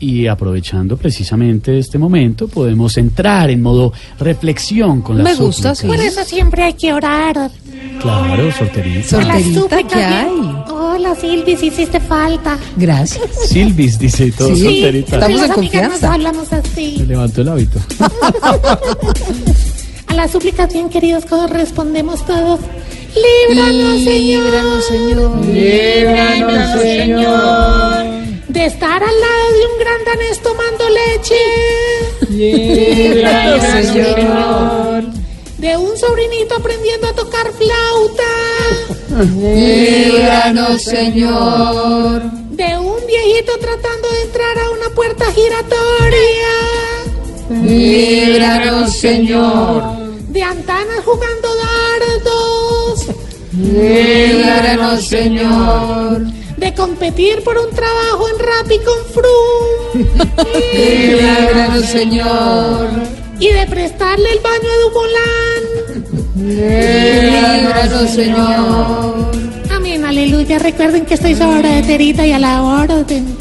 Y aprovechando precisamente este momento, podemos entrar en modo reflexión con las Me gusta, sí. Por eso siempre hay que orar. Claro, sorterita. Sorterita. Las Perita, súplicas ¿qué de- hay? Hola Silvi, si hiciste falta. Gracias. Silvis dice todo Sí, sorterita. estamos en porque las amigas confianza. Nos hablamos Me así. Levantó el hábito. A las súplicas bien queridos correspondemos todos. Líbranos, Señor. Líbranos, Señor. De estar al lado de un gran danés tomando leche. Líbranos, Señor. De un sobrinito aprendiendo a tocar flauta. Líbranos, Señor. De un viejito tratando de entrar a una puerta giratoria. Líbranos, Señor. De antanas jugando dardos. Líbranos, Señor. De competir por un trabajo en Rappi con Frum. Líbranos, Señor. Y de prestarle el baño a Dumolán. Líbranos, Señor. Amén, aleluya. Recuerden que estoy sobre terita y a la orden.